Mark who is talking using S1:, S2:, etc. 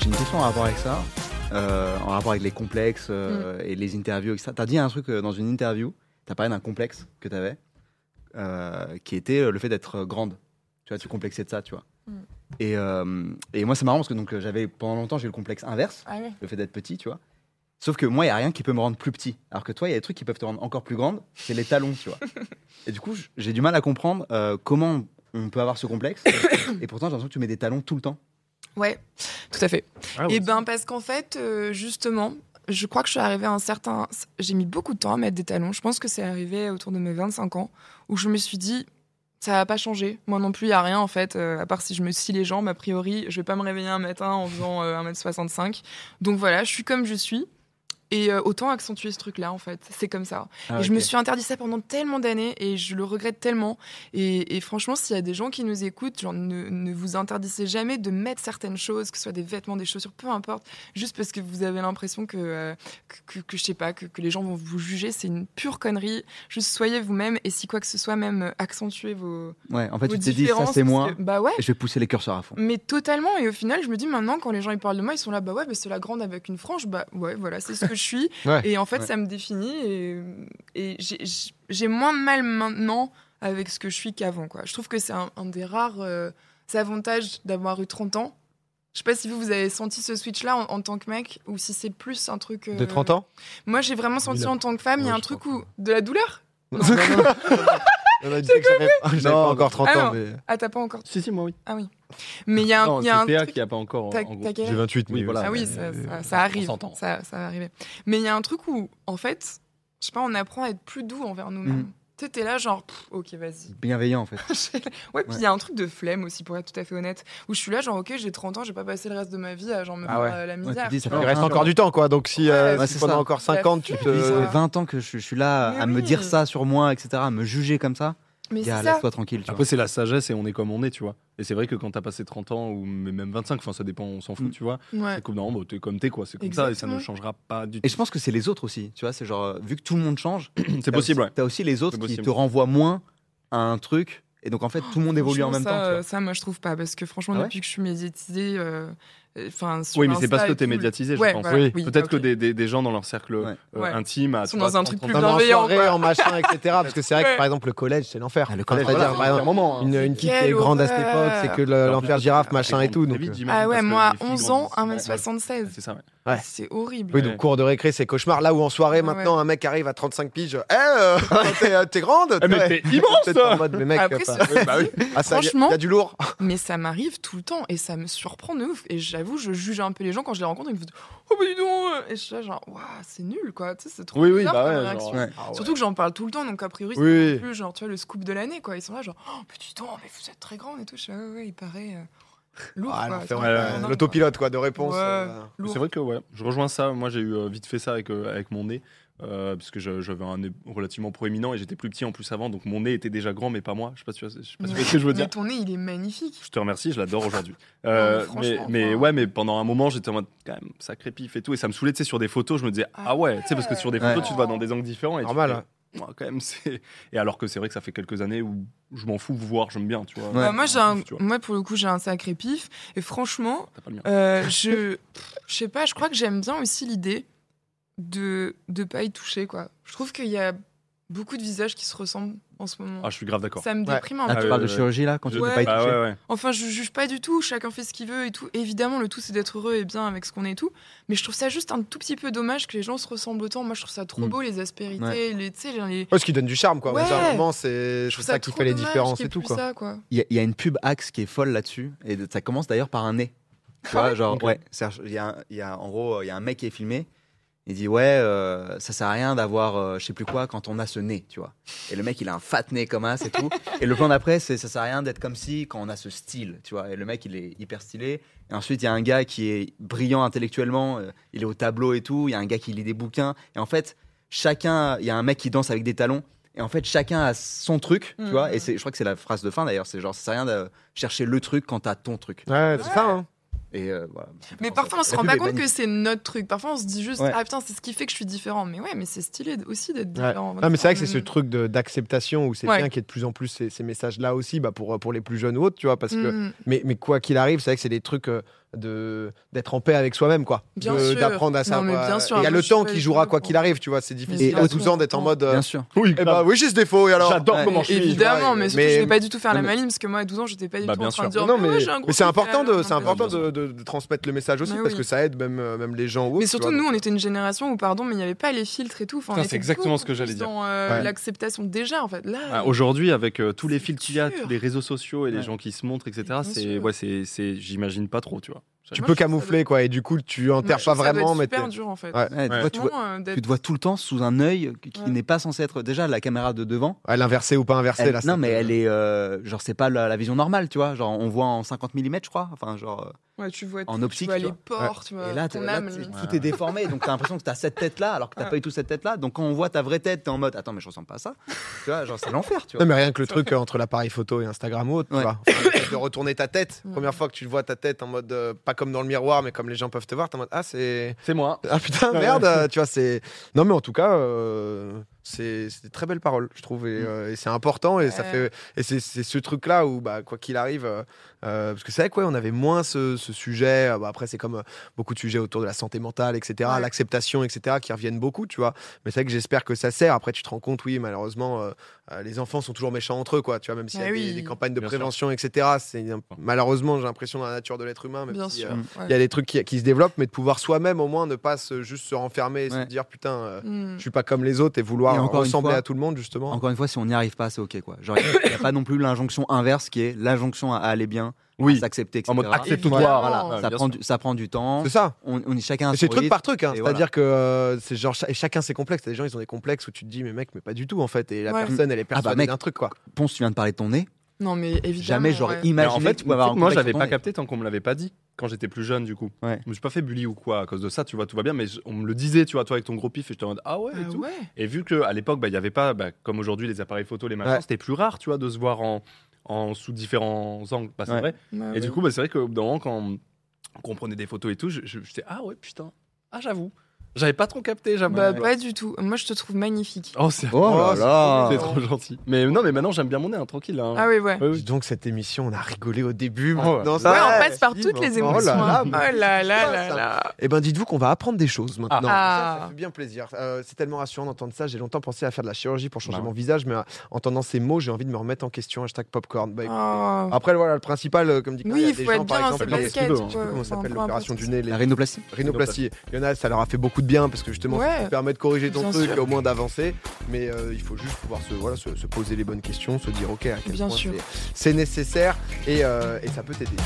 S1: plus en rapport avec ça, euh, en rapport avec les complexes euh,
S2: Mm.
S1: et les interviews, etc. T'as dit un truc euh, dans une interview, t'as parlé d'un complexe que t'avais, euh, qui était euh, le fait d'être euh, grande. Tu vois, tu complexais de ça, tu vois.
S2: Mm.
S1: Et, euh, et moi, c'est marrant parce que donc euh, j'avais pendant longtemps j'ai eu le complexe inverse,
S2: Ah ouais.
S1: le fait d'être petit, tu vois. Sauf que moi, il y a rien qui peut me rendre plus petit. Alors que toi, il y a des trucs qui peuvent te rendre encore plus grande, c'est les talons, tu vois. Et du coup, j- j'ai du mal à comprendre euh, comment on peut avoir ce complexe. et pourtant, j'ai l'impression que tu mets des talons tout le temps.
S2: Ouais, tout à fait.
S3: Ah oui.
S2: Et ben parce qu'en fait, euh, justement, je crois que je suis arrivée à un certain. J'ai mis beaucoup de temps à mettre des talons. Je pense que c'est arrivé autour de mes 25 ans où je me suis dit. Ça va pas changer. Moi non plus, il y a rien en fait. euh, à part si je me scie les jambes, a priori, je vais pas me réveiller un matin en faisant euh, 1m65. Donc voilà, je suis comme je suis. Et euh, autant accentuer ce truc-là en fait. C'est comme ça.
S1: Ah,
S2: Et je me
S1: ok.
S2: suis interdit ça pendant tellement d'années et je le regrette tellement. Et, et franchement, s'il y a des gens qui nous écoutent, genre, ne, ne vous interdisez jamais de mettre certaines choses, que ce soit des vêtements, des chaussures, peu importe, juste parce que vous avez l'impression que, euh, que, que- que je sais pas, que, que les gens vont vous juger. C'est une pure connerie. Juste soyez vous-même et si quoi que ce soit, même euh, accentuez vos,
S1: Ouais, en fait,
S2: vos
S1: Bah, tu t'es dit,
S2: différences.
S1: ça c'est
S2: parce
S1: moi,
S2: que- Mm. bah ouais.
S1: et je vais pousser les curseurs à fond.
S2: Mais totalement, et au final, je me dis maintenant, quand les gens ils parlent de moi, ils sont là, bah ouais, bah c'est la grande avec une frange, bah ouais, voilà, c'est ce que je suis.
S3: Ouais.
S2: et en fait,
S1: Ouais.
S2: ça me définit, et, et j'ai- j'ai- j'ai moins de mal maintenant avec ce que je suis qu'avant, quoi. Je trouve que c'est un, un des rares euh, avantages d'avoir eu 30 ans. Je sais pas si vous, vous avez senti ce switch-là en, en tant que mec, ou si c'est plus un truc. euh,
S3: De 30 ans
S2: Moi, j'ai vraiment senti
S3: Mille.
S2: en tant que femme, il y
S3: Ouais,
S2: a un
S3: je
S2: truc
S3: comprends.
S2: où. de la douleur
S3: Non, non, non. On a dit que j'avais j'avais
S4: Non.
S3: pas encore 30 ans,
S2: Alors.
S3: mais.
S2: Ah, t'as pas encore.
S4: Si, si, moi oui.
S2: Mais il y a un.
S4: Non,
S2: il y a un
S4: c'est PA
S2: truc-
S4: qui a pas encore. en-
S2: t'as-
S4: en gros.
S2: t'as quel
S3: J'ai 28,
S1: Oui,
S3: mais
S1: voilà.
S2: Ah oui, ça, ça- ça arrive.
S4: on s'entend.
S2: Ça, ça va arriver. Mais il y a un truc où, en fait, je sais pas, on apprend à être plus doux envers nous-mêmes.
S1: Mhm.
S2: Tu sais, t'es là, genre, Pff, ok,
S1: Mm.
S2: vas-y.
S1: Bienveillant, en fait.
S2: ouais, puis il y a un truc de flemme aussi, pour être tout à fait honnête, où je suis là, genre, ok, j'ai 30 ans, j'ai pas passé le reste de ma vie à genre me
S3: Ah
S2: faire
S3: ouais.
S2: euh, la
S1: Ouais, tu
S2: misère.
S1: te dis, ça
S2: tu
S1: fait
S3: Il
S2: vois.
S3: reste encore du temps, quoi. Donc si, euh,
S2: Ouais,
S3: si
S1: c'est
S3: pendant
S1: ça.
S3: encore 50, tu
S2: flemme.
S1: Puis ça
S3: te.
S1: fait 20 ans que je, je suis là
S2: Mais
S1: à me
S2: oui.
S1: dire ça sur moi, etc., à me juger comme ça.
S2: Mais c'est
S1: Gars,
S2: ça.
S1: laisse-toi tranquille. Tu
S4: Après, c'est la sagesse et on est comme on est, tu vois. Et c'est vrai que quand t'as passé 30 ans ou même 25, enfin, ça dépend, on s'en fout,
S1: Mm.
S4: tu vois.
S2: Ouais.
S4: C'est comme, non, bah, t'es comme t'es, quoi. C'est comme ça et ça
S2: Exactement.
S4: ne changera pas du
S1: Et
S4: tout.
S1: je pense que c'est les autres aussi, tu vois, c'est genre, euh, vu que tout le monde change,
S4: C'est
S1: t'as
S4: possible,
S1: aussi-
S4: ouais.
S1: T'as aussi les autres
S4: C'est
S1: qui
S4: possible.
S1: te renvoient moins à un truc, et donc en fait, tout le monde évolue en même
S2: Franchement,
S1: temps.
S2: ça,
S1: tu vois.
S2: euh, Ça, moi, je trouve pas, parce que franchement,
S1: Ah ouais
S2: depuis que je suis médiatisée, euh, enfin, sur
S4: Oui, mais c'est
S2: Insta
S4: parce que
S2: et
S4: t'es
S2: tout,
S4: médiatisé, je
S2: Ouais,
S4: pense.
S2: voilà,
S3: Oui,
S2: oui,
S4: Peut-être
S2: ok.
S4: que des, des- des gens dans leur cercle euh,
S2: Ouais.
S4: intime à,
S2: Ils sont
S4: tu
S2: dans
S4: vois,
S2: un truc
S4: 30,
S2: plus
S3: Non, mais en
S2: bienveillant,
S3: soirée,
S2: quoi.
S3: en machin, etc. Parce que c'est vrai que
S2: Ouais.
S3: par exemple, le collège, c'est l'enfer.
S1: Ah, le
S3: Enfin,
S1: collège,
S3: je veux dire,
S1: voilà.
S3: par exemple, une, une fille qui est
S2: Quelle
S3: grande à cette époque,
S2: horreur.
S3: c'est que le- hein. l'enfer girafe, machin et tout.
S4: Très
S3: Donc,
S4: vite,
S3: euh,
S4: j'imagine,
S2: Ah ouais,
S4: parce que
S2: moi, à
S4: les filles
S2: 11 ans,
S4: grandissent. Ouais,
S2: 1m76.
S4: C'est ça, ouais.
S3: Ouais.
S2: C'est horrible.
S3: oui, donc cours de récré, c'est cauchemar. Là où en soirée,
S2: Ouais,
S3: maintenant, un mec arrive à 35 piges. Eh, euh, t'es- euh, t'es grande
S4: Eh, mais
S3: ouais.
S4: t'es immense,
S3: Peut-être en
S4: toi
S3: mode, mais mec,
S2: Après,
S3: enfin,
S2: ceci
S4: bah oui.
S3: ah, ça, y a-
S2: franchement-
S3: y a du lourd.
S2: Mais ça m'arrive tout le temps et ça me surprend de ouf. Et j'avoue, je juge un peu les gens quand je les rencontre. Ils me font Oh, bah dis donc euh. Et je suis là, genre, waouh, c'est nul quoi. Tu sais, c'est trop
S4: Oui, oui,
S2: bizarre
S4: bah
S2: comme
S4: ouais.
S2: réaction.
S4: genre,
S1: Ouais.
S3: Ah ouais.
S2: Surtout que j'en parle tout le temps, donc a priori, c'est
S3: Oui.
S2: plus genre, tu vois, le scoop de l'année quoi. Ils sont là, genre, oh, petit temps, mais vous êtes très grande et tout. Je suis là, ouais, ouais, il paraît euh, lourd
S3: Ah,
S2: quoi.
S3: l'enfer,
S2: Tu
S3: ouais,
S2: vois,
S4: euh,
S2: non,
S3: ouais, L'autopilote, quoi, de réponse.
S2: Ouais.
S3: euh,
S2: lourd.
S4: C'est vrai que ouais, je rejoins ça. Moi, j'ai eu euh, vite fait ça avec, euh, avec mon nez, euh, parce que je- j'avais un nez relativement proéminent et j'étais plus petit en plus avant, donc mon nez était déjà grand, mais pas moi. Je sais pas si tu vois- je sais pas si tu vois ce que je veux dire.
S2: Mais ton nez, il est magnifique.
S4: Je te remercie, je l'adore aujourd'hui.
S2: Non, mais
S4: Euh, mais
S2: franchement,
S4: mais
S2: enfin.
S4: ouais, mais pendant un moment, j'étais en mode quand même sacré pif et tout, et ça me saoulait. Tu sais, sur des photos, je me disais ah ouais, tu sais, parce que sur des
S1: Ouais.
S4: photos, tu te vois dans des angles différents. Et tu
S3: Normal,
S4: fais,
S3: ouais.
S4: Ouah, quand même, c'est. Et alors que c'est vrai que ça fait quelques années où je m'en fous, voir, j'aime bien, tu vois.
S1: Ouais.
S2: Bah, moi, j'ai un-
S4: Tu vois,
S2: moi, pour le coup, j'ai un sacré pif. Et franchement,
S4: t'as pas le mien.
S2: Euh, je je sais pas, je crois que j'aime bien aussi l'idée de de pas y toucher quoi. Je trouve qu'il y a beaucoup de visages qui se ressemblent en ce moment.
S4: Ah, je suis grave d'accord.
S2: ça me
S3: Ouais.
S2: déprime un
S1: Ah,
S2: peu.
S1: tu
S4: ouais,
S1: parles de
S4: ouais.
S1: chirurgie là, quand tu
S4: Je-
S1: ne
S2: Ouais.
S1: pas y toucher
S4: Ah ouais, ouais.
S2: Enfin, je juge pas du tout, chacun fait ce qu'il veut et tout. Évidemment, le tout c'est d'être heureux et bien avec ce qu'on est et tout, mais je trouve ça juste un tout petit peu dommage que les gens se ressemblent autant. Moi, je trouve ça trop
S1: Mm.
S2: beau les aspérités,
S1: Ouais.
S2: les tu sais genre, les
S3: Ouais, ce qui donne du charme, quoi.
S2: Ouais.
S3: Au bout d'un moment, c'est
S2: je trouve
S3: ça qui
S2: trop
S3: fait les
S2: dommage
S3: différences
S2: qu'il y
S3: et
S2: ait
S3: tout,
S2: plus
S3: quoi.
S2: ça, quoi.
S1: Il y, a- il y a une pub Axe qui est folle là-dessus, et de- ça commence d'ailleurs par un nez. Tu vois, genre, ouais, Serge, il y a, un- il y a- en gros, il y a un mec qui est filmé, il dit, ouais, euh, ça sert à rien d'avoir euh, je sais plus quoi quand on a ce nez, tu vois. Et le mec, il a un fat nez comme as et tout. et le plan d'après, c'est ça sert à rien d'être comme si quand on a ce style, tu vois. Et le mec, il est hyper stylé. Et ensuite, il y a un gars qui est brillant intellectuellement, euh, il est au tableau et tout, il y a un gars qui lit des bouquins. Et en fait, chacun, il y a un mec qui danse avec des talons. Et en fait, chacun a son truc, tu
S2: Mhm.
S1: vois. Et c'est- je crois que c'est la phrase de fin d'ailleurs. C'est genre, ça sert à rien de chercher le truc quand t'as ton truc.
S3: Ouais, c'est ça, hein.
S1: Et euh, voilà.
S2: Mais parfois, on se
S1: La
S2: rend
S1: pub
S2: pas
S1: est
S2: compte que
S1: magnifique.
S2: c'est notre truc. Parfois, on se dit juste,
S1: Ouais.
S2: ah putain, c'est ce qui fait que je suis différent. Mais ouais, mais c'est stylé d- aussi d'être
S3: Ouais.
S2: différent.
S3: Non, mais c'est vrai que c'est ce truc de- d'acceptation où c'est
S2: Ouais.
S3: bien qu'il y ait de plus en plus ces, ces messages-là aussi bah, pour, pour les plus jeunes ou autres, tu vois. Parce que,
S2: Mm.
S3: mais, mais quoi qu'il arrive, c'est vrai que c'est des trucs. euh, de d'être en paix avec soi-même quoi
S2: Bien
S3: De-
S2: sûr.
S3: d'apprendre à ça
S2: Non, mais
S3: quoi.
S2: bien sûr,
S3: il y a
S2: moi,
S3: le
S2: je
S3: temps
S2: fais
S3: qui
S2: les
S3: jouera
S2: trucs,
S3: quoi qu'il
S2: bon.
S3: arrive tu vois c'est difficile
S1: Et
S3: à
S1: au-
S3: 12 ans d'être en mode euh,
S1: Bien sûr.
S4: Oui,
S3: eh bah oui j'ai ce défaut et alors
S4: J'adore
S1: Ouais.
S4: comment je suis.
S2: Évidemment,
S3: ouais,
S2: mais surtout,
S3: mais-
S2: je vais pas du tout faire la
S3: Non, mais-
S2: maligne parce que moi, à 12 ans, j'étais pas du
S4: Bah,
S2: tout
S4: bien
S2: en train de
S4: sûr.
S2: dire.
S3: non
S2: mais
S3: mais,
S2: ouais, j'ai un gros
S3: mais c'est
S2: truc à
S3: important
S2: faire,
S3: de
S2: non,
S3: c'est
S2: mais-
S3: important
S4: bien
S3: de, de- de transmettre le message aussi
S2: Mais
S3: parce
S2: oui.
S3: que ça aide même euh, même les gens ou autre,
S2: Mais
S3: tu
S2: surtout,
S3: vois,
S2: nous,
S3: donc,
S2: on était une génération où, pardon, mais il n'y avait pas les filtres et tout. Enfin, on
S4: Putain, c'est
S2: était
S4: exactement ce que
S2: beaucoup
S4: j'allais
S2: plus
S4: dire.
S2: Dans euh,
S3: Ouais.
S2: l'acceptation déjà, en fait. Là,
S4: Ah, Aujourd'hui, avec euh, tous les
S2: C'est
S4: fils qu'il y a,
S2: dur.
S4: tous les réseaux sociaux et les
S1: Ouais.
S4: gens qui se montrent, etc.,
S2: Bien
S4: c'est,
S2: sûr.
S4: ouais, c'est, c'est, j'imagine pas trop, tu vois.
S3: tu
S2: Moi,
S3: peux
S2: je trouve ça
S3: camoufler
S2: doit-
S3: quoi et du coup tu
S2: moi,
S3: enterres
S2: je
S3: pas
S2: trouve ça doit
S3: vraiment
S2: être
S3: mais
S2: super
S3: t'es-
S2: dur, en fait.
S3: Ouais.
S1: Ouais,
S4: Ouais.
S1: tu vois, tu vois-
S2: Vraiment, euh, d'être-
S1: tu te vois tout le temps sous un œil qui qui
S2: Ouais.
S1: n'est pas censé être déjà la caméra de devant.
S3: Ouais, l'inversé ou pas inversé
S1: Elle-
S3: là ça
S1: non, mais
S3: peut-
S1: elle est. euh, genre, c'est pas la, la vision normale, tu vois. Genre, on voit en 50 mm, je crois. Enfin, genre. euh,
S2: Ouais, tu vois,
S1: En
S2: tout,
S1: optique,
S2: tu vois
S1: tu
S2: les
S1: vois.
S2: portes, tu vois
S1: et là, t'es-
S2: ton
S1: là,
S2: âme.
S1: t'es-
S2: limite.
S1: tout est déformé. Donc, t'as l'impression que t'as cette tête-là, alors que t'as
S2: Ouais.
S1: pas eu tout cette tête-là. Donc, quand on voit ta vraie tête, t'es en mode Attends, mais je ressemble pas à ça. Tu vois, genre, c'est l'enfer, tu vois.
S3: Non, mais rien que le truc euh, entre l'appareil photo et Instagram ou autre, tu
S1: Ouais.
S3: vois. Enfin, le fait de retourner ta tête.
S2: Ouais.
S3: Première fois que tu vois ta tête en mode, euh, pas comme dans le miroir, mais comme les gens peuvent te voir, t'es en mode, ah, c'est.
S4: C'est moi.
S3: Ah putain,
S4: Ouais.
S3: merde, euh, tu vois, c'est. Non, mais en tout cas, euh, c'est c'est des très belles paroles, je trouve,
S4: Mm.
S3: et, euh, et c'est important, et ça
S2: Ouais.
S3: fait. Et c'est c'est ce truc-là où, bah, quoi qu'il arrive, euh, euh, parce que c'est vrai qu'on avait moins ce, ce sujet, euh, bah, après, c'est comme euh, beaucoup de sujets autour de la santé mentale, etc.,
S2: Ouais.
S3: l'acceptation, etc., qui reviennent beaucoup, tu vois. Mais c'est vrai que j'espère que ça sert. Après, tu te rends compte, oui, malheureusement, euh, euh, les enfants sont toujours méchants entre eux, quoi, tu vois, même s'il y a
S2: Ah
S3: des-
S2: oui.
S3: des, campagnes de
S4: Bien sûr.
S3: prévention, etc., c'est un- malheureusement, j'ai l'impression, dans la nature de l'être humain, même
S2: Bien
S3: si, euh,
S2: sûr. ouais.
S3: il y a des trucs qui, qui se développent, mais de pouvoir soi-même au moins ne pas se, juste se renfermer et se
S1: Ouais.
S3: dire putain, euh,
S2: Mm.
S3: je suis pas comme les autres et vouloir
S1: Et encore une
S3: ressembler
S1: fois-
S3: à tout le monde justement.
S1: Encore une fois, si on n'y arrive pas, c'est OK, quoi. Genre, il n'y a pas non plus l'injonction inverse qui est l'injonction à aller bien, à
S4: Oui.
S1: s'accepter, etc.
S4: En mode accepte-toi.
S2: Évidemment.
S1: Voilà,
S4: Ouais,
S1: ça,
S4: Ah, bien
S1: prend
S4: sûr.
S1: du, ça prend du temps.
S3: C'est ça.
S1: On, on est chacun à
S3: Mais
S1: son
S3: C'est truc
S1: rycle.
S3: par truc, hein.
S1: et
S3: c'est-à-dire que euh, c'est genre cha- et chacun ses complexes. T'as des gens ils ont des complexes où tu te dis mais mec mais pas du tout en fait et la
S2: Ouais.
S3: personne elle est persuadée
S1: Ah bah, mec.
S3: d'un truc quoi.
S1: Ponce, tu viens de parler de ton nez.
S2: Non, mais évidemment.
S1: Jamais j'aurais
S2: ouais.
S1: imaginé
S4: Alors, en fait,
S1: que tu pouvais avoir un
S4: moi,
S1: complexe
S4: j'avais
S1: sur ton
S4: pas
S1: nez.
S4: capté tant qu'on me l'avait pas dit quand j'étais plus jeune, du coup.
S1: Ouais.
S4: Je me suis pas fait bully ou quoi à cause de ça, tu vois, tout va bien, mais je- on me le disait, tu vois, toi avec ton gros pif, et j'étais en mode ah ouais, et
S2: Ah
S4: tout.
S2: ouais.
S4: Et vu qu'à l'époque, bah, il n'y avait pas, bah, comme aujourd'hui, les appareils photo, les machins,
S3: Ouais.
S4: c'était plus rare, tu vois, de se voir en, en sous différents angles. Bah, c'est
S1: Ouais.
S4: vrai.
S2: Ouais,
S4: Et
S2: ouais.
S4: du coup, bah, c'est vrai qu'au bout d'un moment, quand on prenait des photos et tout, je- je- j'étais ah ouais, putain, ah j'avoue, j'avais pas trop capté, j'avoue.
S2: Bah,
S4: Ouais.
S2: pas du tout. Moi, je te trouve magnifique.
S4: Oh, c'est
S1: Oh
S3: Oh,
S1: là
S3: c'est
S1: là
S4: c'est trop gentil. Mais non, mais maintenant, j'aime bien mon nez, hein, tranquille. hein.
S2: Ah oui, ouais.
S4: Ouais, ouais.
S3: Dis donc cette émission on a rigolé au début.
S4: Oh,
S3: maintenant,
S4: ouais.
S3: ça
S2: Ouais,
S3: va.
S2: on passe par
S3: Si,
S2: toutes les
S3: maintenant.
S2: émotions.
S3: Oh là là,
S2: hein.
S3: mais-
S2: Oh là là
S3: putain,
S2: là
S3: ça.
S2: là.
S3: Eh ben dites-vous qu'on va apprendre des choses maintenant.
S2: Ah.
S3: Ça, ça fait bien plaisir. Euh, c'est tellement rassurant d'entendre ça. J'ai longtemps pensé à faire de la chirurgie pour changer
S4: Bah ouais.
S3: mon visage, mais euh, en entendant ces mots, j'ai envie de me remettre en question. Hashtag popcorn. Bah, écoutez,
S2: Oh.
S3: Après, voilà, le principal, euh, comme dit Karine,
S2: Oui,
S3: il y a
S2: il
S3: des
S2: faut
S3: gens,
S2: être
S3: par
S2: bien,
S3: exemple,
S2: c'est
S4: les-
S3: les-
S4: basket.
S2: basket.
S4: je sais plus
S2: quoi.
S3: comment ça
S2: Enfin,
S3: s'appelle
S2: faut un
S3: l'opération
S2: peu-
S3: du nez, les
S1: La rhinoplastie.
S3: rhinoplasties. Il y en a, ça leur a fait beaucoup de bien parce que justement, ça
S2: Ouais.
S3: te permet de corriger ton
S2: Bien
S3: truc
S2: sûr.
S3: et au moins d'avancer. Mais euh, il faut juste pouvoir se, voilà, se, se poser les bonnes questions, se dire, ok, à quel
S2: Bien
S3: point
S2: sûr.
S3: c'est- c'est nécessaire et, euh, et ça peut t'aider.